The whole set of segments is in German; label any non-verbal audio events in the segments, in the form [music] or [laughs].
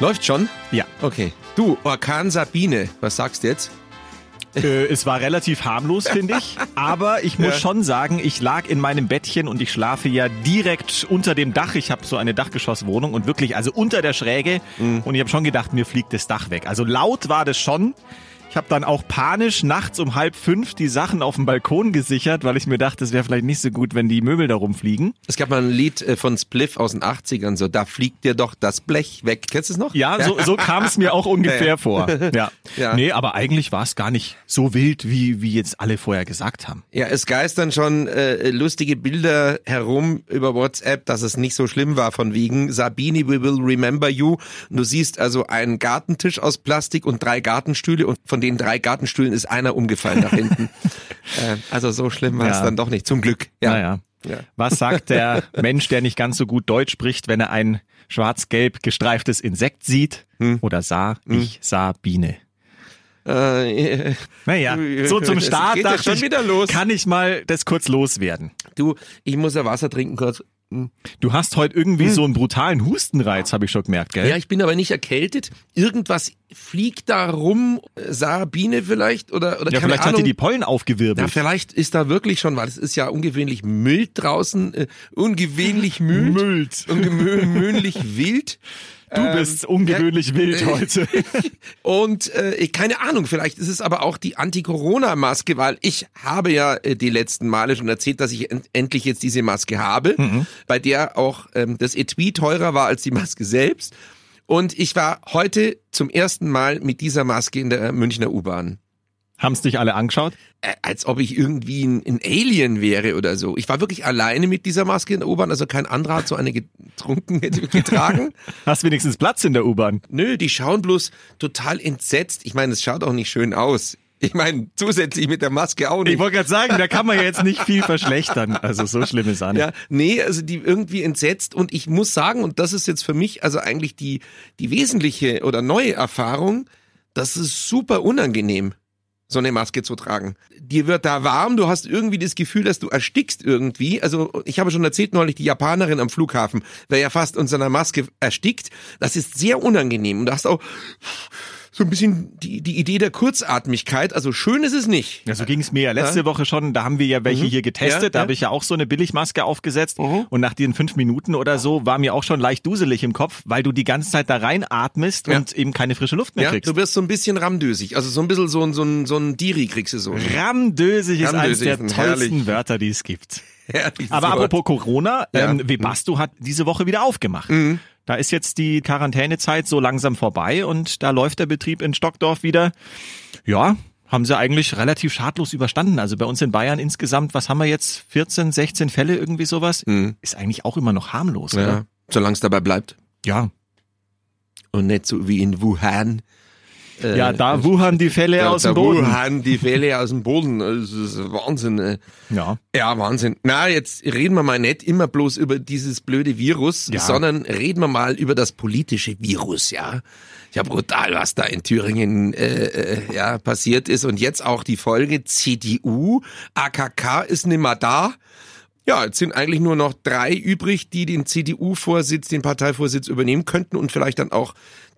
Läuft schon? Ja. Okay. Du, Orkan Sabine, was sagst du jetzt? Äh, es war relativ harmlos, finde ich. Aber ich muss Ja. schon sagen, ich lag in meinem Bettchen und ich schlafe ja direkt unter dem Dach. Ich habe so eine Dachgeschosswohnung und wirklich, also unter der Schräge. Und ich habe schon gedacht, mir fliegt das Dach weg. Also laut war das schon. Ich habe dann auch panisch nachts um halb fünf die Sachen auf dem Balkon gesichert, weil ich mir dachte, es wäre vielleicht nicht so gut, wenn die Möbel da rumfliegen. Es gab mal ein Lied äh, von Spliff aus den 80ern, so, da fliegt dir doch das Blech weg. Kennst du es noch? Ja, so, so kam es mir auch [laughs] ungefähr vor. Ja. Ja. Nee, aber eigentlich war es gar nicht so wild, wie, wie jetzt alle vorher gesagt haben. Ja, es geistern schon äh, lustige Bilder herum über WhatsApp, dass es nicht so schlimm war von wegen Sabine, we will remember you. Und du siehst also einen Gartentisch aus Plastik und drei Gartenstühle und von den drei Gartenstühlen ist einer umgefallen nach [laughs] hinten. äh, also so schlimm war es Ja. dann doch nicht, zum Glück. Ja. Naja. Ja. Was sagt der Mensch, der nicht ganz so gut Deutsch spricht, wenn er ein schwarz-gelb gestreiftes Insekt sieht Hm. oder sah? Ich sah Biene. Äh, [laughs] Naja, so zum Es Start geht ja dachte schon ich, wieder los. kann ich mal das kurz loswerden. du, ich muss ja Wasser trinken kurz. Hm. Du hast heute irgendwie so einen brutalen Hustenreiz, habe ich schon gemerkt, gell? Ja, ich bin aber nicht erkältet. Irgendwas fliegt da rum. Äh, Sabine vielleicht oder oder Ja, keine vielleicht hat Ahnung. dir die Pollen ja, aufgewirbelt. vielleicht ist da wirklich schon, weil es ist ja ungewöhnlich mild draußen, äh, ungewöhnlich mild, Mild. [laughs] ungewöhnlich wild du Ähm, bist ungewöhnlich wild Äh, heute. und äh, keine Ahnung, vielleicht ist es aber auch die Anti-Corona-Maske, weil ich habe ja äh, die letzten Male schon erzählt, dass ich en endlich jetzt diese Maske habe, bei der auch ähm, das Etui teurer war als die Maske selbst. Und ich war heute zum ersten Mal mit dieser Maske in der Münchner U-Bahn. Haben's dich alle angeschaut? Äh, als ob ich irgendwie ein, ein Alien wäre oder so. Ich war wirklich alleine mit dieser Maske in der U-Bahn, also kein anderer hat so eine getrunken, [laughs] getragen. Hast wenigstens Platz in der U-Bahn? Nö, die schauen bloß total entsetzt. Ich meine, es schaut auch nicht schön aus. Ich meine, zusätzlich mit der Maske auch Ich nicht. wollte gerade sagen, da kann man ja jetzt nicht viel verschlechtern. Also so schlimm ist es auch nicht. Ja, nee, also die irgendwie entsetzt und ich muss sagen, und das ist jetzt für mich also eigentlich die, die wesentliche oder neue Erfahrung, das ist super unangenehm, so eine Maske zu tragen. Dir wird da warm, du hast irgendwie das Gefühl, dass du erstickst irgendwie. Also ich habe schon erzählt neulich, die Japanerin am Flughafen wäre ja fast unter einer Maske erstickt. Das ist sehr unangenehm und du hast auch so ein bisschen die, die Idee der Kurzatmigkeit. Also schön ist es nicht. Ja, so ging es mir ja letzte Woche schon. Da haben wir ja welche hier getestet. Mhm. Ja, da ja. Mhm. habe ich ja auch so eine Billigmaske aufgesetzt. Und nach den fünf Minuten oder so war mir auch schon leicht duselig im Kopf, weil du die ganze Zeit da reinatmest Ja. und eben keine frische Luft mehr Ja, kriegst. du wirst so ein bisschen ramdösig. Also so ein bisschen so ein, so ein, so ein Diri kriegst du so. Ramdösig ist eines Ramdösig der ist ein tollsten herrlich- Wörter, die es gibt. [laughs] Herrliches Aber Wort. apropos Corona, Ja. Mhm. ähm, Webasto hat diese Woche wieder aufgemacht. Da ist jetzt die Quarantänezeit so langsam vorbei und da läuft der Betrieb in Stockdorf wieder. Ja, haben sie eigentlich relativ schadlos überstanden. Also bei uns in Bayern insgesamt, was haben wir jetzt? 14, 16 Fälle irgendwie sowas? Ist eigentlich auch immer noch harmlos, Hm, Ja, oder? solange es dabei bleibt. Ja. Und nicht so wie in Wuhan. Äh, Ja, da wuhan die Fälle da- aus da dem Boden. Wuhan, die Fälle aus dem Boden. Also, Das ist Wahnsinn. äh. Ja. Ja, Wahnsinn. Na, jetzt reden wir mal nicht immer bloß über dieses blöde Virus, Ja. sondern reden wir mal über das politische Virus, ja. Ja, brutal, was da in Thüringen äh, äh, ja, passiert ist. Und jetzt auch die Folge CDU, AKK ist nimmer da. Ja, jetzt sind eigentlich nur noch drei übrig, die den CDU-Vorsitz, den Parteivorsitz übernehmen könnten und vielleicht dann auch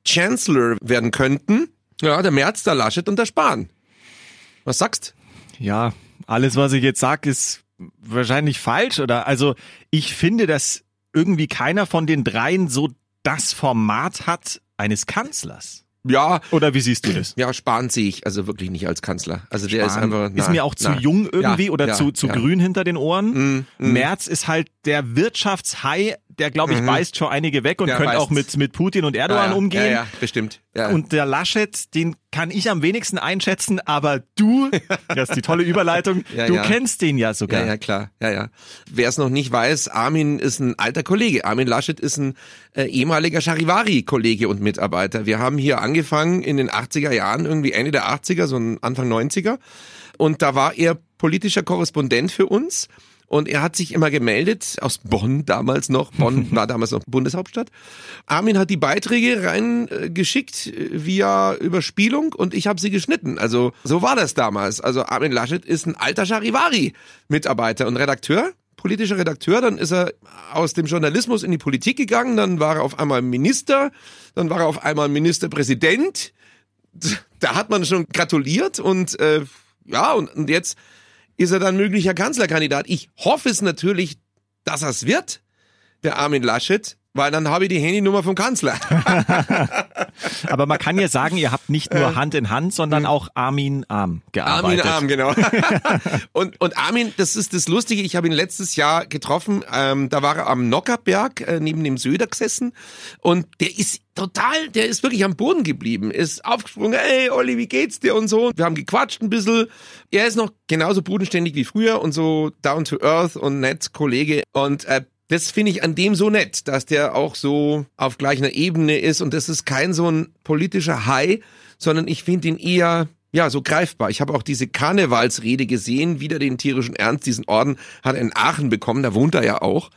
Chancellor werden könnten. Ja, der Merz, der Laschet und der Spahn. Was sagst? Ja, alles, was ich jetzt sag, ist wahrscheinlich falsch, oder? Also, ich finde, dass irgendwie keiner von den dreien so das Format hat eines Kanzlers. Ja, Oder wie siehst du das? Ja, Spahn sehe ich also wirklich nicht als Kanzler. Also der ist Spahn einfach. ist mir auch zu jung irgendwie Ja, oder ja, zu, zu ja. grün hinter den Ohren. Mm, mm. Merz ist halt der Wirtschaftshai, der glaube ich beißt schon einige weg und Mhm. Der könnte auch beißt's. mit, mit Putin und ja, Erdogan ja, umgehen. Ja, ja, bestimmt. Ja. Und der Laschet, den kann ich am wenigsten einschätzen, aber [laughs] du, das ist die tolle Überleitung, Ja, du ja. kennst den ja ja, sogar. ja, klar. Ja, ja. Wer es noch nicht weiß, Armin ist ein alter Kollege. Armin Laschet ist ein äh, ehemaliger Charivari-Kollege und Mitarbeiter. Wir haben hier angefangen in den 80er Jahren, irgendwie Ende der 80er, so Anfang 90er. Und da war er politischer Korrespondent für uns. Und er hat sich immer gemeldet, aus Bonn damals noch. Bonn war damals noch Bundeshauptstadt. Armin hat die Beiträge reingeschickt äh, via Überspielung und ich habe sie geschnitten. Also so war das damals. Also Armin Laschet ist ein alter Charivari-Mitarbeiter und Redakteur, politischer Redakteur. Dann ist er aus dem Journalismus in die Politik gegangen. Dann war er auf einmal Minister. Dann war er auf einmal Ministerpräsident. [laughs] Da hat man schon gratuliert und äh, ja, und, und jetzt ist er dann möglicher Kanzlerkandidat. Ich hoffe es natürlich, dass er es wird, der Armin Laschet, weil dann habe ich die Handynummer vom Kanzler. Aber man kann ja sagen, ihr habt nicht nur Hand in Hand, sondern auch Arm in Arm Äh, hm. Armin gearbeitet. Arm, genau. und, und Armin, das ist das Lustige, ich habe ihn letztes Jahr getroffen, ähm, da war er am Nockerberg äh, neben dem Söder gesessen und der ist total, der ist wirklich am Boden geblieben, ist aufgesprungen, ey Olli, wie geht's dir und so. Wir haben gequatscht ein bisschen. Er ist noch genauso bodenständig wie früher und so down to earth und nett Kollege und äh, das finde ich an dem so nett, dass der auch so auf gleicher Ebene ist und das ist kein so ein politischer High, sondern ich finde ihn eher ja, so greifbar. Ich habe auch diese Karnevalsrede gesehen, wieder den tierischen Ernst, diesen Orden hat er in Aachen bekommen, da wohnt er ja auch.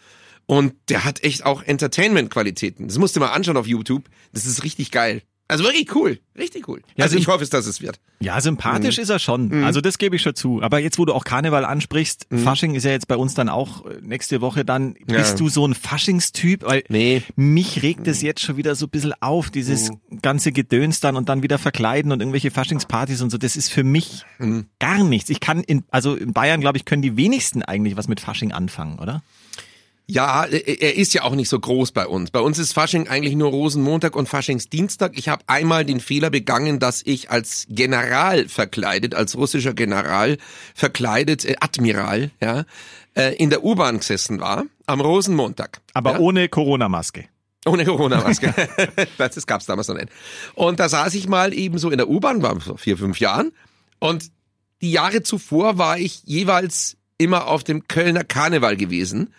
Und der hat echt auch Entertainment-Qualitäten. Das musst du mal anschauen auf YouTube. Das ist richtig geil. Also wirklich cool. Richtig cool. Ja, also sind- ich hoffe es, dass es wird. Ja, sympathisch Hm. ist er schon. Also das gebe ich schon zu. Aber jetzt, wo du auch Karneval ansprichst, Fasching ist ja jetzt bei uns dann auch äh, nächste Woche dann. Hm. Ja. Bist du so ein Faschingstyp? Weil Nee. Hm. mich regt es jetzt schon wieder so ein bisschen auf, dieses ganze Gedöns dann und dann wieder verkleiden und irgendwelche Faschingspartys und so. Das ist für mich Hm. gar nichts. Ich kann in, also in Bayern, glaube ich, können die wenigsten eigentlich was mit Fasching anfangen, oder? Ja, äh, er ist ja auch nicht so groß bei uns. Bei uns ist Fasching eigentlich nur Rosenmontag und Faschingsdienstag. Ich habe einmal den Fehler begangen, dass ich als General verkleidet, als russischer General verkleidet, äh, Admiral, ja, äh, in der U-Bahn gesessen war am Rosenmontag. Aber ja? ohne Corona-Maske. Ohne Corona-Maske. das das gab's damals noch nicht. Und da saß ich mal eben so in der U-Bahn, war vor vier, fünf Jahren. Und die Jahre zuvor war ich jeweils immer auf dem Kölner Karneval gewesen.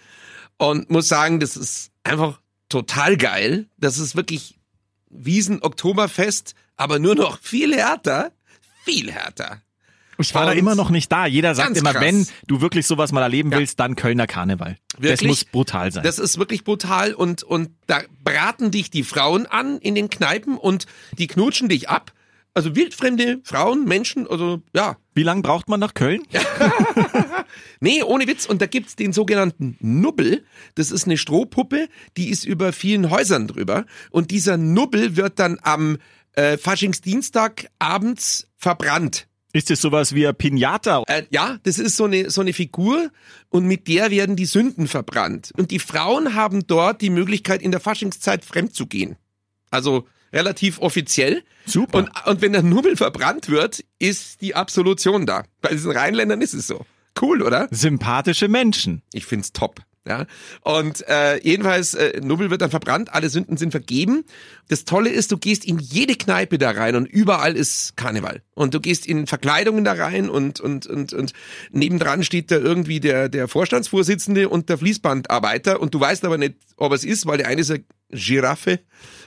Und muss sagen, das ist einfach total geil. Das ist wirklich Wiesen-Oktoberfest, aber nur noch viel härter. Viel härter. Ich war da Und- immer noch nicht da. Jeder sagt Ganz immer, krass. wenn du wirklich sowas mal erleben Ja. willst, dann Kölner Karneval. Das Wirklich? muss brutal sein. Das ist wirklich brutal und, und da braten dich die Frauen an in den Kneipen und die knutschen dich ab. Also wildfremde Frauen, Menschen, also ja. Wie lange braucht man nach Köln? Nee, ohne Witz. Und da gibt's den sogenannten Nubbel. Das ist eine Strohpuppe, die ist über vielen Häusern drüber. Und dieser Nubbel wird dann am äh, Faschingsdienstag abends verbrannt. Ist es sowas wie ein Pinata? Äh, ja, das ist so eine, so eine Figur und mit der werden die Sünden verbrannt. Und die Frauen haben dort die Möglichkeit, in der Faschingszeit fremd zu gehen. Also relativ offiziell. Super. Und, und wenn der Nubbel verbrannt wird, ist die Absolution da. Bei diesen Rheinländern ist es so. Cool, oder? Sympathische Menschen. Ich find's top. Ja. Und äh, jedenfalls, äh, Nubbel wird dann verbrannt, alle Sünden sind vergeben. Das Tolle ist, du gehst in jede Kneipe da rein und überall ist Karneval. Und du gehst in Verkleidungen da rein und, und, und, und nebendran steht da irgendwie der, der Vorstandsvorsitzende und der Fließbandarbeiter und du weißt aber nicht, ob es ist, weil der eine ist eine Giraffe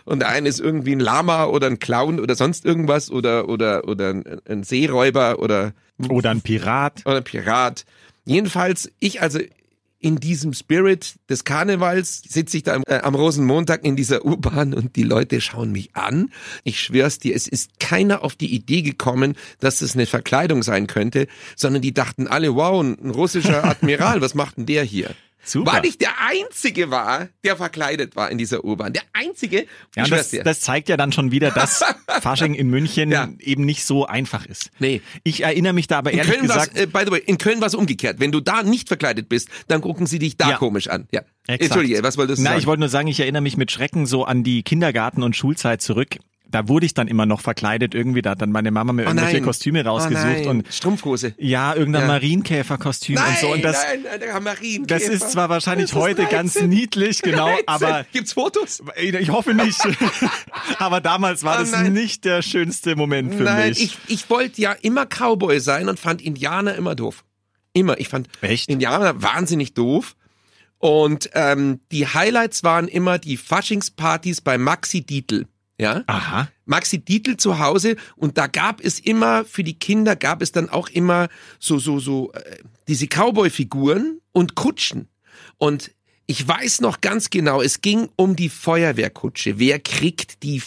und der eine ist irgendwie ein Lama oder ein Clown oder sonst irgendwas oder, oder, oder ein, ein Seeräuber oder Oder ein Pirat. oder Pirat. Jedenfalls, ich also in diesem Spirit des Karnevals sitze ich da am, äh, am Rosenmontag in dieser U-Bahn und die Leute schauen mich an. Ich schwör's dir, es ist keiner auf die Idee gekommen, dass es eine Verkleidung sein könnte, sondern die dachten alle, wow, ein [laughs] ein russischer Admiral, was macht denn der hier? Super. Weil ich der Einzige war, der verkleidet war in dieser U-Bahn. Der Einzige, Ja, ich und schwör's das, dir. das zeigt ja dann schon wieder, [laughs] dass Fasching in München Ja. eben nicht so einfach ist. Nee. Ich erinnere mich da aber in ehrlich Köln war's, gesagt, äh, by the way, in Köln war es umgekehrt. Wenn du da nicht verkleidet bist, dann gucken sie dich da Ja. komisch an. Ja. Exakt. Entschuldige, was wolltest du na, sagen? ich wollte nur sagen, ich erinnere mich mit Schrecken so an die Kindergarten- und Schulzeit zurück. Da wurde ich dann immer noch verkleidet irgendwie. Da hat dann meine Mama mir irgendwelche Kostüme rausgesucht oh nein. und Strumpfhose. ja, irgendein Ja. Marienkäferkostüm und so. Und das, nein, nein, der das Marienkäfer. ist zwar wahrscheinlich Das ist heute ganz 13. niedlich, genau, 13. aber gibt's Fotos? Ich hoffe [laughs] nicht. Aber damals war Oh das nein. nicht der schönste Moment für Nein, mich. ich ich wollte ja immer Cowboy sein und fand Indianer immer doof. Immer, ich fand Echt? Indianer wahnsinnig doof Und ähm, die Highlights waren immer die Faschingspartys bei Maxi Dietl. Ja. Aha. Maxi Dietl zu Hause und da gab es immer für die Kinder gab es dann auch immer so so so äh, diese Cowboy Figuren und Kutschen und ich weiß noch ganz genau, es ging um die Feuerwehrkutsche. Wer kriegt die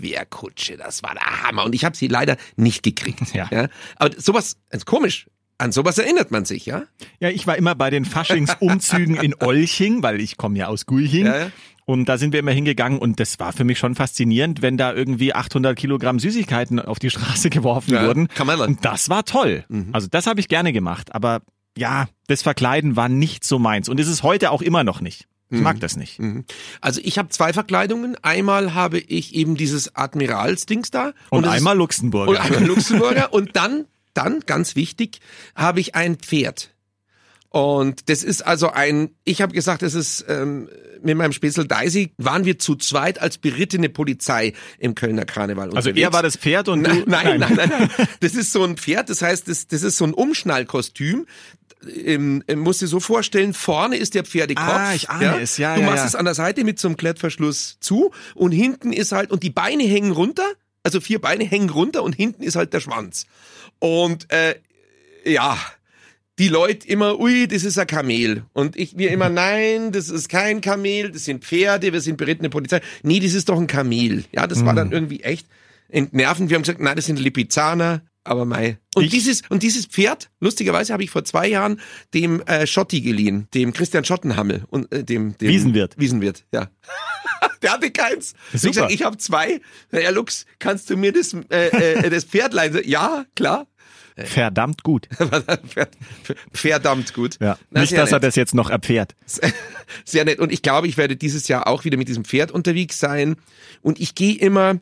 Feuerwehrkutsche? Das war der Hammer und ich habe sie leider nicht gekriegt. [laughs] Ja. Aber sowas also komisch. An sowas erinnert man sich, ja? Ja, ich war immer bei den Faschingsumzügen in Olching, weil ich komme ja aus Gulching. Ja, ja. Und da sind wir immer hingegangen und das war für mich schon faszinierend, wenn da irgendwie 800 Kilogramm Süßigkeiten auf die Straße geworfen Ja, wurden. kann man dann. Und das war toll. Mhm. Also das habe ich gerne gemacht. Aber ja, das Verkleiden war nicht so meins und ist es heute auch immer noch nicht. Ich Mhm. mag das nicht. Also ich habe zwei Verkleidungen. Einmal habe ich eben dieses Admiralsdings da Und, das ist- einmal Luxemburger. Und [laughs] einmal Luxemburger. Und dann, dann, ganz wichtig, habe ich ein Pferd. Und das ist also ein, ich habe gesagt, es ist ähm, mit meinem Spätzle Daisy waren wir zu zweit als berittene Polizei im Kölner Karneval also unterwegs. er war das Pferd und Nein, du. nein, nein, nein, nein. Das ist so ein Pferd, das heißt, das, das ist so ein Umschnallkostüm. Ähm, ähm, musst dir so vorstellen, vorne ist der Pferdekopf. Ah, ich ahne es, ja, Du ja, machst ja. es an der Seite mit so einem Klettverschluss zu und hinten ist halt, und die Beine hängen runter, also vier Beine hängen runter und hinten ist halt der Schwanz. Und äh, ja, die Leute immer, ui, das ist ein Kamel. Und ich mir Mhm. immer, nein, das ist kein Kamel, das sind Pferde, wir sind berittene Polizei. Nee, das ist doch ein Kamel. Ja, das war dann Mhm. irgendwie echt entnervend. Wir haben gesagt, nein, das sind Lipizzaner, aber mei. Und Ich- dieses, und dieses Pferd, lustigerweise habe ich vor zwei Jahren dem äh, Schotti geliehen, dem Christian Schottenhammel und äh, dem, dem Wiesenwirt. Wiesenwirt, ja. [laughs] Der hatte keins. Super. Ich, sag, ich habe zwei. Ja, Lux, kannst du mir das, äh, äh, das Pferd leihen? Ja, klar. Verdammt [laughs] gut. Pferd- Verdammt gut. Ja. Na, nicht, sehr dass er nett. das jetzt noch erfährt. Sehr nett. Und ich glaube, ich werde dieses Jahr auch wieder mit diesem Pferd unterwegs sein. Und ich gehe immer,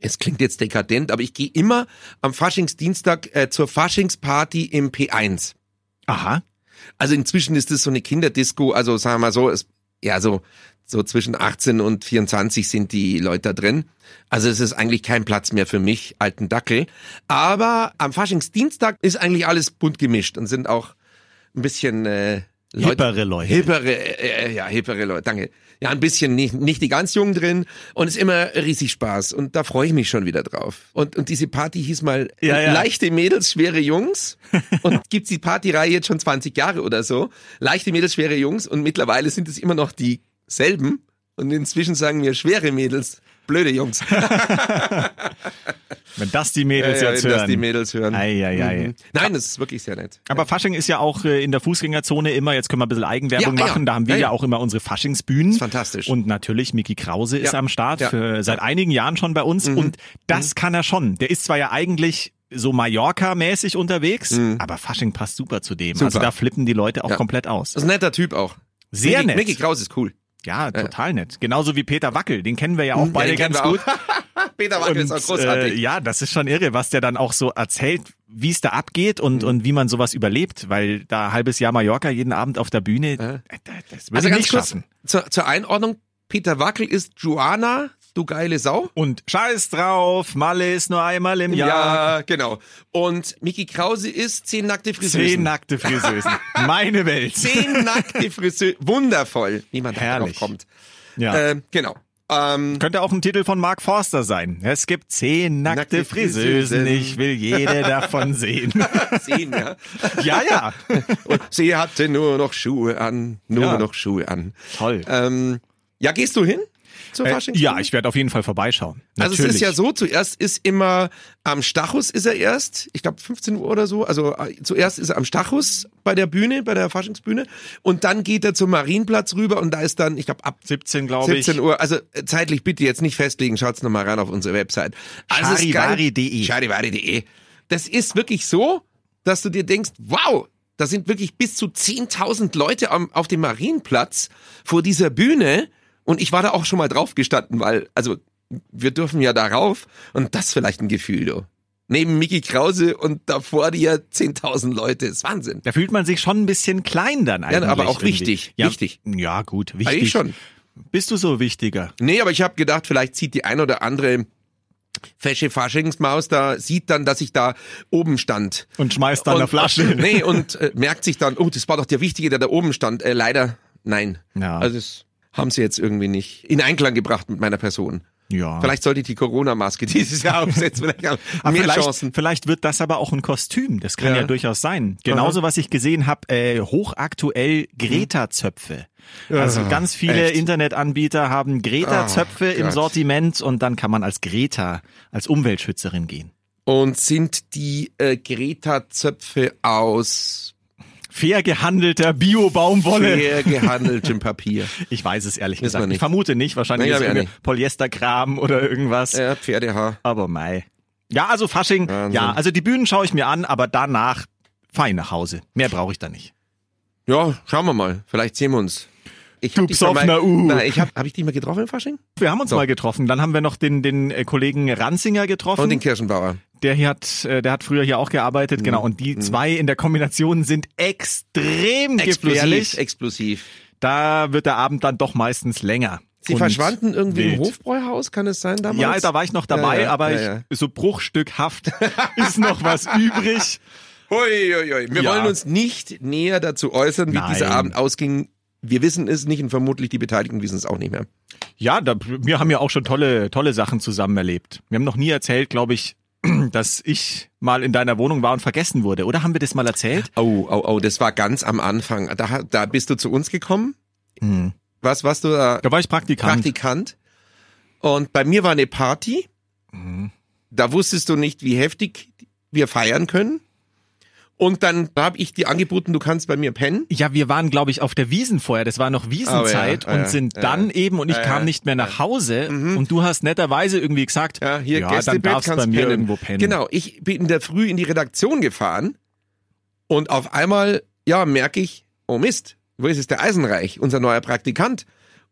es klingt jetzt dekadent, aber ich gehe immer am Faschingsdienstag äh, zur Faschingsparty im P1. Aha. Also inzwischen ist das so eine Kinderdisco, also sagen wir mal so, es, ja, so, so zwischen 18 und 24 sind die Leute da drin. Also es ist eigentlich kein Platz mehr für mich, alten Dackel. Aber am Faschingsdienstag ist eigentlich alles bunt gemischt und sind auch ein bisschen äh, Leute. Hippere Leute. Hippere, äh, äh, ja, hippere Leute, danke. Ja, ein bisschen nicht, nicht die ganz Jungen drin und es ist immer riesig Spaß und da freue ich mich schon wieder drauf. Und, und diese Party hieß mal Ja, ja. Leichte Mädels, [laughs] schwere Jungs und gibt's die Partyreihe jetzt schon 20 Jahre oder so. Leichte Mädels, schwere Jungs und mittlerweile sind es immer noch dieselben und inzwischen sagen wir schwere Mädels, [laughs] blöde Jungs. Wenn das die Mädels jetzt hören. dass die Mädels hören. Ei, ei, ei. Mhm. Nein, das ist wirklich sehr nett. Aber Fasching ist ja auch äh, in der Fußgängerzone immer, jetzt können wir ein bisschen Eigenwerbung Ja, ja. machen, da haben wir Ja, ja, ja. auch immer unsere Faschingsbühnen. Ist fantastisch. Und natürlich Mickey Krause ist Ja. am Start, Ja. Mhm. für, seit einigen Jahren schon bei uns und das kann er schon. Der ist zwar ja eigentlich so Mallorca-mäßig unterwegs, aber Fasching passt super zu dem. Also Mhm. Super. da flippen die Leute auch Ja. Also komplett aus. Das ist ein netter Typ auch. Sehr Mickey, nett. Mickey Kraus ist cool. Ja, total nett. Genauso wie Peter Wackel, den kennen wir ja auch Mhm. beide Ja, den ganz kennen gut. wir auch. [laughs] Peter Wackel ist auch Und, großartig. Äh, ja, das ist schon irre, was der dann auch so erzählt, wie es da abgeht und, Mhm. und wie man sowas überlebt, weil da halbes Jahr Mallorca jeden Abend auf der Bühne, äh, das würde ich Also ganz nicht kurz schaffen. zur, zur Einordnung. Peter Wackel ist Joanna, du geile Sau. Und scheiß drauf, Malle ist nur einmal im Jahr. Ja, genau. Und Mickey Krause ist zehn nackte Friseusen. Zehn nackte [laughs] Friseusen. Meine Welt. Zehn [laughs] nackte Friseusen. Wundervoll, wie man da drauf Herrlich. Ah. kommt. Ja. Ähm, genau. Ähm, Könnte auch ein Titel von Mark Forster sein. Es gibt zehn nackte, Nackte Friseusen. Friseusen. Ich will [laughs] jede davon sehen. zehn, ja. ja, ja. Und sie hatte nur noch Schuhe an. Nur Ja. noch Schuhe an. Toll. Ähm, ja, gehst du hin zur Äh, Faschings? ja, ich werde auf jeden Fall vorbeischauen. Also Natürlich. es ist ja so, zuerst ist immer am Stachus ist er erst, ich glaube 15 Uhr oder so, also äh, zuerst ist er am Stachus bei der Bühne, bei der Faschingsbühne und dann geht er zum Marienplatz rüber und da ist dann, ich glaube ab 17, glaube ich. 17 Uhr, also äh, zeitlich bitte jetzt nicht festlegen, schaut's nochmal rein auf unsere Website. Also es ist geil. Charivari.de. Charivari.de. E. Das ist wirklich so, dass du dir denkst, wow, da sind wirklich bis zu 10.000 Leute am, auf dem Marienplatz vor dieser Bühne und ich war da auch schon mal drauf gestanden, weil, also wir dürfen ja darauf und das ist vielleicht ein Gefühl, du. Neben Mickey Krause und davor dir 10.000 Leute, ist Wahnsinn. Da fühlt man sich schon ein bisschen klein dann eigentlich. aber auch irgendwie. wichtig, Ja, wichtig. Ja, gut, wichtig. Eigentlich schon. Bist du so wichtiger? Nee, aber ich habe gedacht, vielleicht zieht die ein oder andere fesche Faschingsmaus da sieht dann, dass ich da oben stand. Und schmeißt dann und, eine Flasche. [laughs] Nee, und äh, merkt sich dann, oh, das war doch der Wichtige, der da oben stand. Äh, leider, nein. Ja. Also das haben sie jetzt irgendwie nicht in Einklang gebracht mit meiner Person. ja. Vielleicht sollte ich die Corona-Maske [laughs] dieses Jahr aufsetzen. [laughs] Vielleicht haben Aber mehr Ah, vielleicht, Chancen. vielleicht wird das aber auch ein Kostüm. Das kann ja, Ja. durchaus sein. Genauso, was ich gesehen habe, äh, hochaktuell Greta-Zöpfe. Also Ah, ganz viele echt? Internetanbieter haben Greta-Zöpfe Ah, im Gott. Sortiment und dann kann man als Greta, als Umweltschützerin gehen. Und sind die äh, Greta-Zöpfe aus Fair gehandelter Bio-Baumwolle. fair gehandeltem Papier? [laughs] Ich weiß es ehrlich Wissen wir gesagt. Ich nicht. vermute nicht. Wahrscheinlich Nee, ist glaub ich auch irgendwie Polyesterkram oder irgendwas. Ja, Äh, Pferdehaar. Aber mei. Ja, also Fasching. Wahnsinn. Ja, also die Bühnen schaue ich mir an, aber danach fein nach Hause. Mehr brauche ich da nicht. Ja, schauen wir mal. Vielleicht sehen wir uns. Ich Du hab dich schon mal- besoffener Uhu. Nein, ich habe hab ich dich mal getroffen im Fasching? Wir haben uns So. mal getroffen. Dann haben wir noch den, den äh, Kollegen Ranzinger getroffen. Und den Mhm. Kirschenbauer. der hier hat, äh, der hat früher hier auch gearbeitet. Genau. Und die zwei in der Kombination sind extrem gefährlich. explosiv. Da wird der Abend dann doch meistens länger. Sie Und verschwanden irgendwie im wild. Hofbräuhaus, kann es sein damals? Ja, da war ich noch dabei, Ja, ja, aber ja, ich, ja. so bruchstückhaft [laughs] ist noch was übrig. Hui, hui, hui. Wir Ja. wollen uns nicht näher dazu äußern, wie Nein. dieser Abend ausging. Wir wissen es nicht und vermutlich die Beteiligten wissen es auch nicht mehr. Ja, da, wir haben ja auch schon tolle, tolle Sachen zusammen erlebt. Wir haben noch nie erzählt, glaube ich, [clears throat] dass ich mal in deiner Wohnung war und vergessen wurde. Oder haben wir das mal erzählt? Oh, oh, oh, das war ganz am Anfang. Da, da bist du zu uns gekommen. Hm. Was warst du da? Da war ich Praktikant. Praktikant. Und bei mir war eine Party. Da wusstest du nicht, wie heftig wir feiern können. Und dann habe ich dir angeboten, du kannst bei mir pennen. Ja, wir waren, glaube ich, auf der Wiesen vorher. Das war noch Wiesenzeit Ah, ja, ah, und ja, sind ja, dann ja. eben und ich Ja, kam ja, Mhm. nicht mehr nach Hause und du hast netterweise irgendwie gesagt, Ja, hier dann Gästebett darfst kannst bei mir pennen. irgendwo pennen. Genau, ich bin in der Früh in die Redaktion gefahren und auf einmal, ja, merke ich, oh Mist, wo ist es der Eisenreich, unser neuer Praktikant?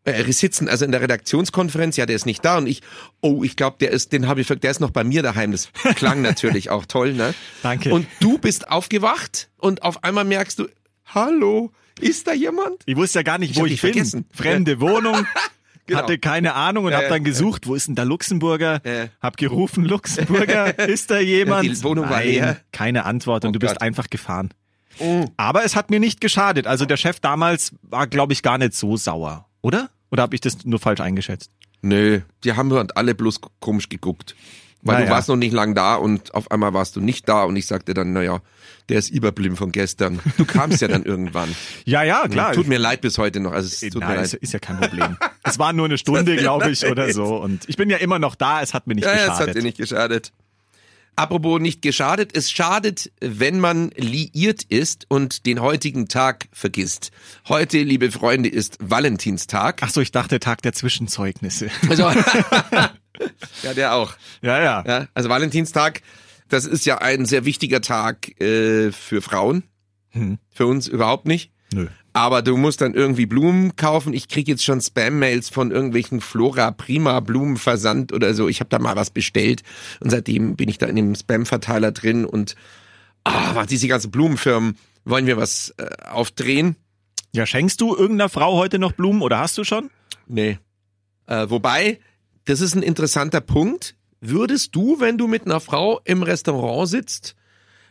Äh, Wir sitzen also in der Redaktionskonferenz, ja, der ist nicht da und ich, oh, ich glaube, der ist, den habe ich, ver- der ist noch bei mir daheim. Das klang natürlich auch toll, ne? [laughs] Danke. Und du bist aufgewacht und auf einmal merkst du, hallo, ist da jemand? ich wusste ja gar nicht, Ich wo hab ich, dich bin. vergessen. Fremde Wohnung. [laughs] Genau. Hatte keine Ahnung und Ja, hab ja, dann gesucht, wo ist denn da Luxemburger? Ja. Hab gerufen, [laughs] Luxemburger, ist da jemand? Die Wohnung war Nein, leer. Keine Antwort und Oh du bist Gott. einfach gefahren. Oh. Aber es hat mir nicht geschadet. Also der Chef damals war, glaube ich, gar nicht so sauer, oder? Oder habe ich das nur falsch eingeschätzt? Nö, die haben halt alle bloß komisch geguckt. Weil Naja. du warst noch nicht lang da und auf einmal warst du nicht da und ich sagte dann, naja, der ist überblieben von gestern. Du [laughs] kamst ja dann irgendwann. Ja, ja, Ah, klar. Tut mir leid bis heute noch. Also es tut Nein, mir ist, leid. ist ja kein [laughs] Problem. es war nur eine Stunde, glaube ich, oder so. Und ich bin ja immer noch da, es hat mir nicht Ja, ja, es hat geschadet. dir nicht geschadet. Apropos nicht geschadet, es schadet, wenn man liiert ist und den heutigen Tag vergisst. Heute, liebe Freunde, ist Valentinstag. Ach so, ich dachte Tag der Zwischenzeugnisse. [laughs] Also, ja, der auch. ja, ja, Ja, also Valentinstag, das ist ja ein sehr wichtiger Tag äh, für Frauen. Hm. Für uns überhaupt nicht. Nö. Aber du musst dann irgendwie Blumen kaufen. Ich krieg jetzt schon Spam-Mails von irgendwelchen Flora Prima Blumenversand oder so. Ich habe da mal was bestellt und seitdem bin ich da in dem Spam-Verteiler drin und ah, diese ganzen Blumenfirmen wollen wir was äh, aufdrehen. Ja, schenkst du irgendeiner Frau heute noch Blumen oder hast du schon? Nee. Äh, wobei, das ist ein interessanter Punkt. Würdest du, wenn du mit einer Frau im Restaurant sitzt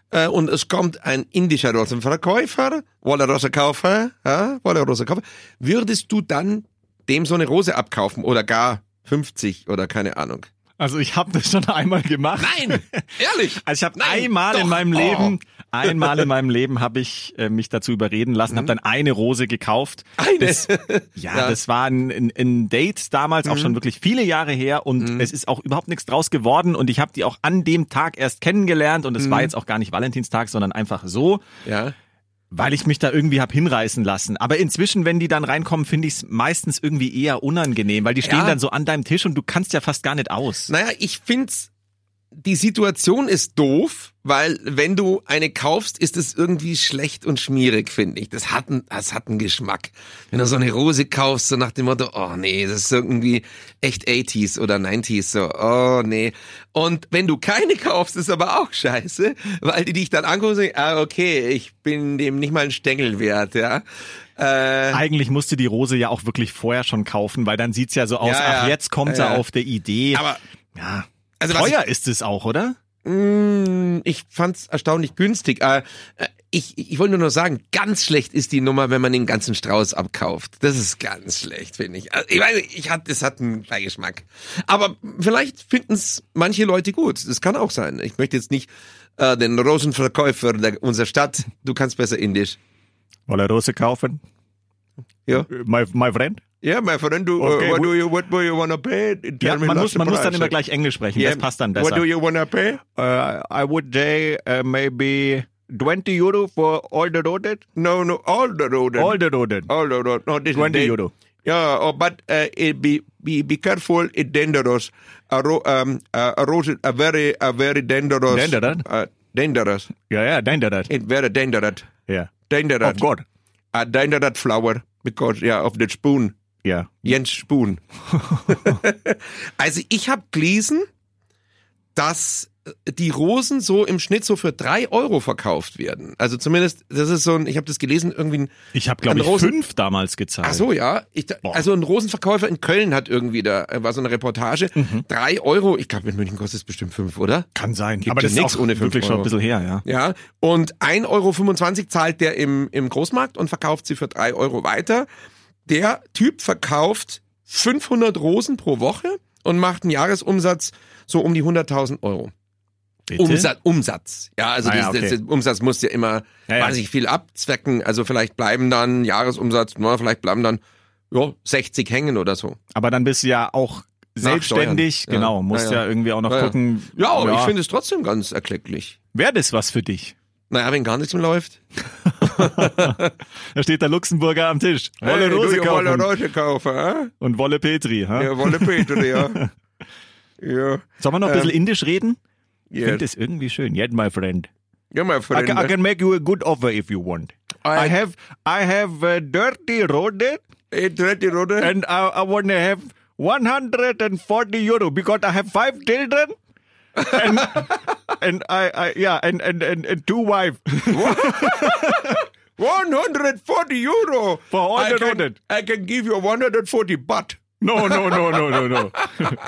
äh, und es kommt ein indischer Rosenverkäufer, wolle Rose kaufen, ja, wolle Rose kaufen, würdest du dann dem so eine Rose abkaufen oder gar 50 oder keine Ahnung? Also ich habe das schon einmal gemacht. Nein, [laughs] ehrlich. Also ich habe Nein, einmal in doch. meinem Oh. Leben, einmal in meinem Leben habe ich äh, mich dazu überreden lassen, habe dann eine Rose gekauft. Oh, Eine. Das, Mhm. ja, Mhm. das war ein, ein, ein Date damals auch schon wirklich viele Jahre her und es ist auch überhaupt nichts draus geworden und ich habe die auch an dem Tag erst kennengelernt und es war jetzt auch gar nicht Valentinstag, sondern einfach so, [laughs] Ja. weil ich mich da irgendwie hab hinreißen lassen. Aber inzwischen, wenn die dann reinkommen, finde ich es meistens irgendwie eher unangenehm, weil die stehen Ja. dann so an deinem Tisch und du kannst ja fast gar nicht aus. Naja, ich find's, die Situation ist doof, weil wenn du eine kaufst, ist es irgendwie schlecht und schmierig, finde ich. Das hat, einen, das hat einen Geschmack. Wenn du so eine Rose kaufst, so nach dem Motto, oh nee, das ist irgendwie echt 80s oder 90s, so, oh nee. Und wenn du keine kaufst, ist aber auch scheiße, weil die dich dann angucken und sagen, ah okay, ich bin dem nicht mal ein Stängel wert, ja. Äh, Eigentlich musste die Rose ja auch wirklich vorher schon kaufen, weil dann sieht's ja so aus, Ja, ja. ach, jetzt kommt Ja, er ja. auf der Idee. aber ja, Also was Teuer ist es auch, oder? Ich, mm, ich fand es erstaunlich günstig. Äh, äh, ich, ich wollte nur noch sagen, ganz schlecht ist die Nummer, wenn man den ganzen Strauß abkauft. Das ist ganz schlecht, finde ich. Also, ich weiß, nicht, ich hat, das hat einen Beigeschmack. Aber vielleicht finden es manche Leute gut. Das kann auch sein. Ich möchte jetzt nicht äh, den Rosenverkäufer der, unserer Stadt. Du kannst besser Indisch. Wollen wir Rose kaufen? Ja. My, my friend? Ja, mein Freund, du, äh, Okay, what wo- do you, what do you wanna pay? Tell Ja, me man not muss, man muss dann surprise. immer gleich Englisch sprechen. Yeah. Das passt dann What do besser. you uh, wanna pay? I would say uh, maybe 20 Euro for all the roaded. No, no, all the road. All the roaded. all the road. No, this 20 is Euro. Yeah, oh, but uh, it be be be careful. It dangerous. A ro um uh, a rose a very a very dangerous. Dangerous? Uh, dangerous. Ja, ja, nein, da, da. It very dangerous. Ja. Dangerous. Oh Gott. A dangerous flower because yeah of the spoon. Ja. Jens Spoon. also ich habe gelesen, dass äh, die Rosen so im Schnitt so für drei Euro verkauft werden. Also zumindest, das ist so ein, ich habe das gelesen, irgendwie ein Ich habe, glaube An ich, Rosen- fünf damals gezahlt. Ach so, ja. Ich, da- Boah. also ein Rosenverkäufer in Köln hat irgendwie da, äh, war so eine Reportage. Mhm. Drei Euro, ich glaube in München kostet es bestimmt fünf, oder? Kann sein. Gibt aber das ja ist nix auch ohne ohne fünf wirklich schon Euro. ein bisschen her, ja. Ja. Und 1,25 Euro zahlt der im, im Großmarkt und verkauft sie für drei Euro weiter. Der Typ verkauft 500 Rosen pro Woche und macht einen Jahresumsatz so um die 100.000 Euro. Bitte? Umsatz, Umsatz. Ja, also Ah ja, das, das, okay. das Umsatz muss ja immer Ja, ja. wahnsinnig viel abzwecken. Also vielleicht bleiben dann Jahresumsatz, na, vielleicht bleiben dann ja, 60 hängen oder so. Aber dann bist du ja auch selbstständig. Steuern. Ja. Genau. Musst Ja, ja, ja. irgendwie auch noch Ja, ja. gucken. Ja, aber ich finde es trotzdem ganz erklecklich. Wäre das was für dich? Naja, wenn gar nichts mehr läuft. Da steht der Luxemburger am Tisch. Wolle Hey, du, Rose ihr kaufen. Wolle Rose kaufen, hä? Und Wolle Petri. Ha? Ja, Wolle Peter, [laughs] ja. Ja, Sollen wir noch ein bisschen Ähm, indisch reden? Ich yes. finde das irgendwie schön. Yet, my friend. ja, mein I Freund. can, I can make you a good offer if you want. I, have I have a dirty roaded Ey, dritte Runde. and I, I want to have 140 euro because I have five children and [laughs] and I, I yeah and and and, and two wife. [laughs] 140 Euro. For all I the can- Runde. I can give you 140 Baht. No no no no no no.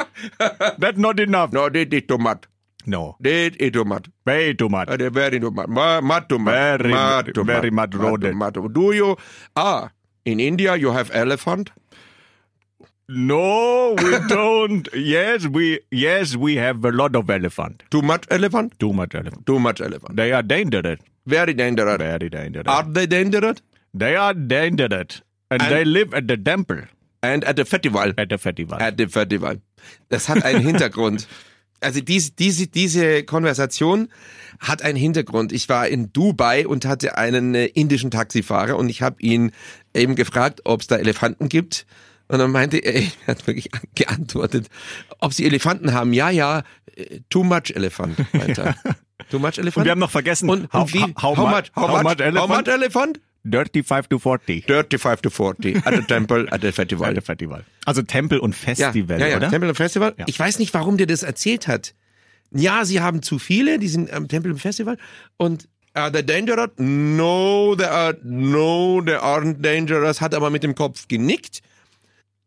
[laughs] That's not enough. No, das ist Tomat. No, Das ist Tomat. way too much. Ah, der very Tomat. Ma, mat Tomat. Very Ma mad- Tomat. very mad Ma Runde. Tomat. Do you, ah, in India you have elephant? No, we don't. yes, we yes we have a lot of elephant. Too much elephant? Too much elephant. Too much elephant. They are dangerous. Very dangerous. Very dangerous. Are they dangerous? They are dangerous. And, And- they live at the temple, And at the festival. at the festival. At the festival. Das hat [laughs] einen Hintergrund. Also diese, diese, diese Konversation hat einen Hintergrund. Ich war in Dubai und hatte einen äh, indischen Taxifahrer und ich habe ihn eben gefragt, ob es da Elefanten gibt. Und dann meinte er, [laughs] er hat wirklich an- geantwortet, ob sie Elefanten haben. Ja, ja, äh, too much elephant. [laughs] Meinte er. Too much elephant? und wir haben noch vergessen, und, how, und wie, how, how, much, how, much, How much elephant? elephant? 35 to 40. 35 to 40 at the temple, at the At festival. [laughs] the festival. Also Tempel und Festival, ja, ja, oder? Tempel und Festival. Ja. Ich weiß nicht, warum der das erzählt hat. Ja, sie haben zu viele, die sind am Tempel und Festival. Und are they dangerous? No, they are, no, they aren't dangerous. Hat aber mit dem Kopf genickt.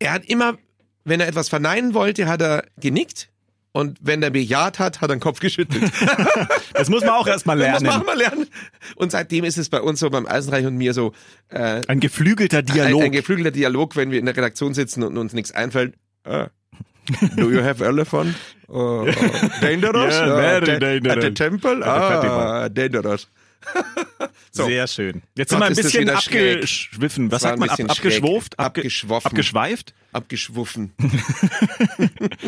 Er hat immer, wenn er etwas verneinen wollte, hat er genickt. Und wenn er bejaht hat, hat er den [laughs] Kopf geschüttelt. Das muss man auch erstmal Das lernen. machen wir lernen. Und seitdem ist es bei uns so, beim Eisenreich und mir so, äh, Ein geflügelter Dialog. ein, ein geflügelter Dialog, wenn wir in der Redaktion sitzen und uns nichts einfällt. Ah. Do you have [laughs] elephant? Uh, uh, dangerous? Yeah, Ah, very da- At dangerous. the temple? At the Ah, dangerous. so. Sehr schön. Jetzt Gott, sind wir ein ist das bisschen wieder schräg. abgeschwiffen. Was Das war sagt ein man? Ab, bisschen abgeschwurft? schräg. Abgeschwoffen. Abgeschweift? Abgeschwuffen.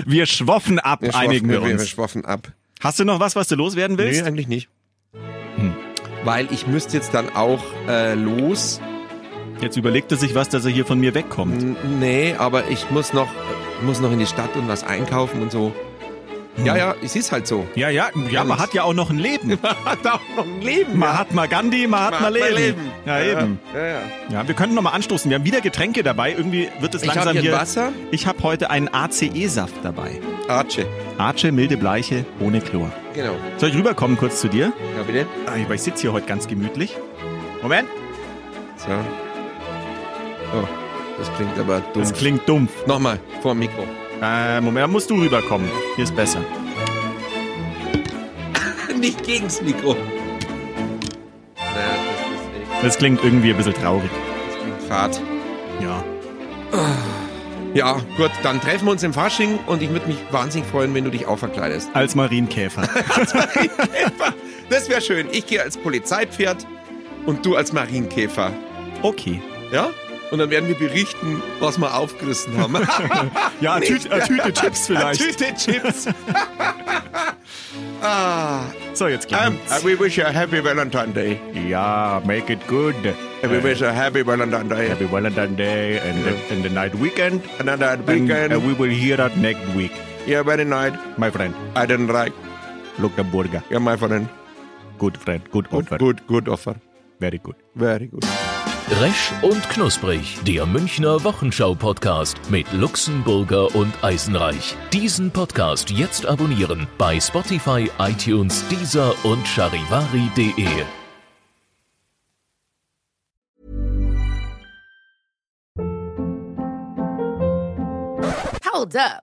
Wir schwoffen ab, Wir einigen wir schwaffen- Wir uns. schwaffen ab. Hast du noch was, was du loswerden willst? Nee, eigentlich nicht. Hm. Weil ich müsste jetzt dann auch äh, los. Jetzt überlegt er sich was, dass er hier von mir wegkommt. N nee, aber ich muss noch, äh, muss noch in die Stadt und was einkaufen und so. Hm. Ja, ja, es ist halt so. Ja, ja, ja, man hat ja auch noch ein Leben. [laughs] Hat auch noch ein Leben. Man hat mal Gandhi, man hat Man mal hat mal Leben. Leben. Ja, eben. Ja, ja. Ja, wir können nochmal anstoßen. Wir haben wieder Getränke dabei. Irgendwie wird es Ich habe langsam hier, hier. ein Wasser. Ich habe heute einen ACE-Saft dabei. Arche. Arce, milde Bleiche, ohne Chlor. Genau. Soll ich rüberkommen kurz zu dir? Ja, bitte. Ah, weil ich sitze hier heute ganz gemütlich. Moment, So. Oh, das klingt aber dumm. das klingt dumpf. Nochmal, vor dem Mikro. Äh, Moment, da musst du rüberkommen. Hier ist besser. [laughs] nicht gegens Mikro. Naja, das ist echt, Das klingt irgendwie ein bisschen traurig. das klingt fad. Ja. Ja, gut, dann treffen wir uns im Fasching und ich würde mich wahnsinnig freuen, wenn du dich auch verkleidest. Als Marienkäfer. [laughs] Das wäre schön. Ich gehe als Polizeipferd und du als Marienkäfer. Okay. Ja? Und dann werden wir berichten, was wir aufgerissen haben. [laughs] Ja, eine Tüte, eine [laughs] Tüte Chips vielleicht. Tüte Chips. ah, So, jetzt um, geht's. we wish you a happy Valentine Day. Ja, make it good. Äh, We wish you a happy Valentine Day. Happy Valentine Day and, the, and the night weekend. Another And uh, weekend. we will hear that next week, Yeah, very night. my friend. I didn't like. Lukemburger. Yeah, my friend. Good friend, good, Good, offer. good, good offer. Very good. Very good. Resch und Knusprig, der Münchner Wochenschau-Podcast mit Luxemburger und Eisenreich. Diesen Podcast jetzt abonnieren bei Spotify, iTunes, Deezer und charivari.de. Hold up.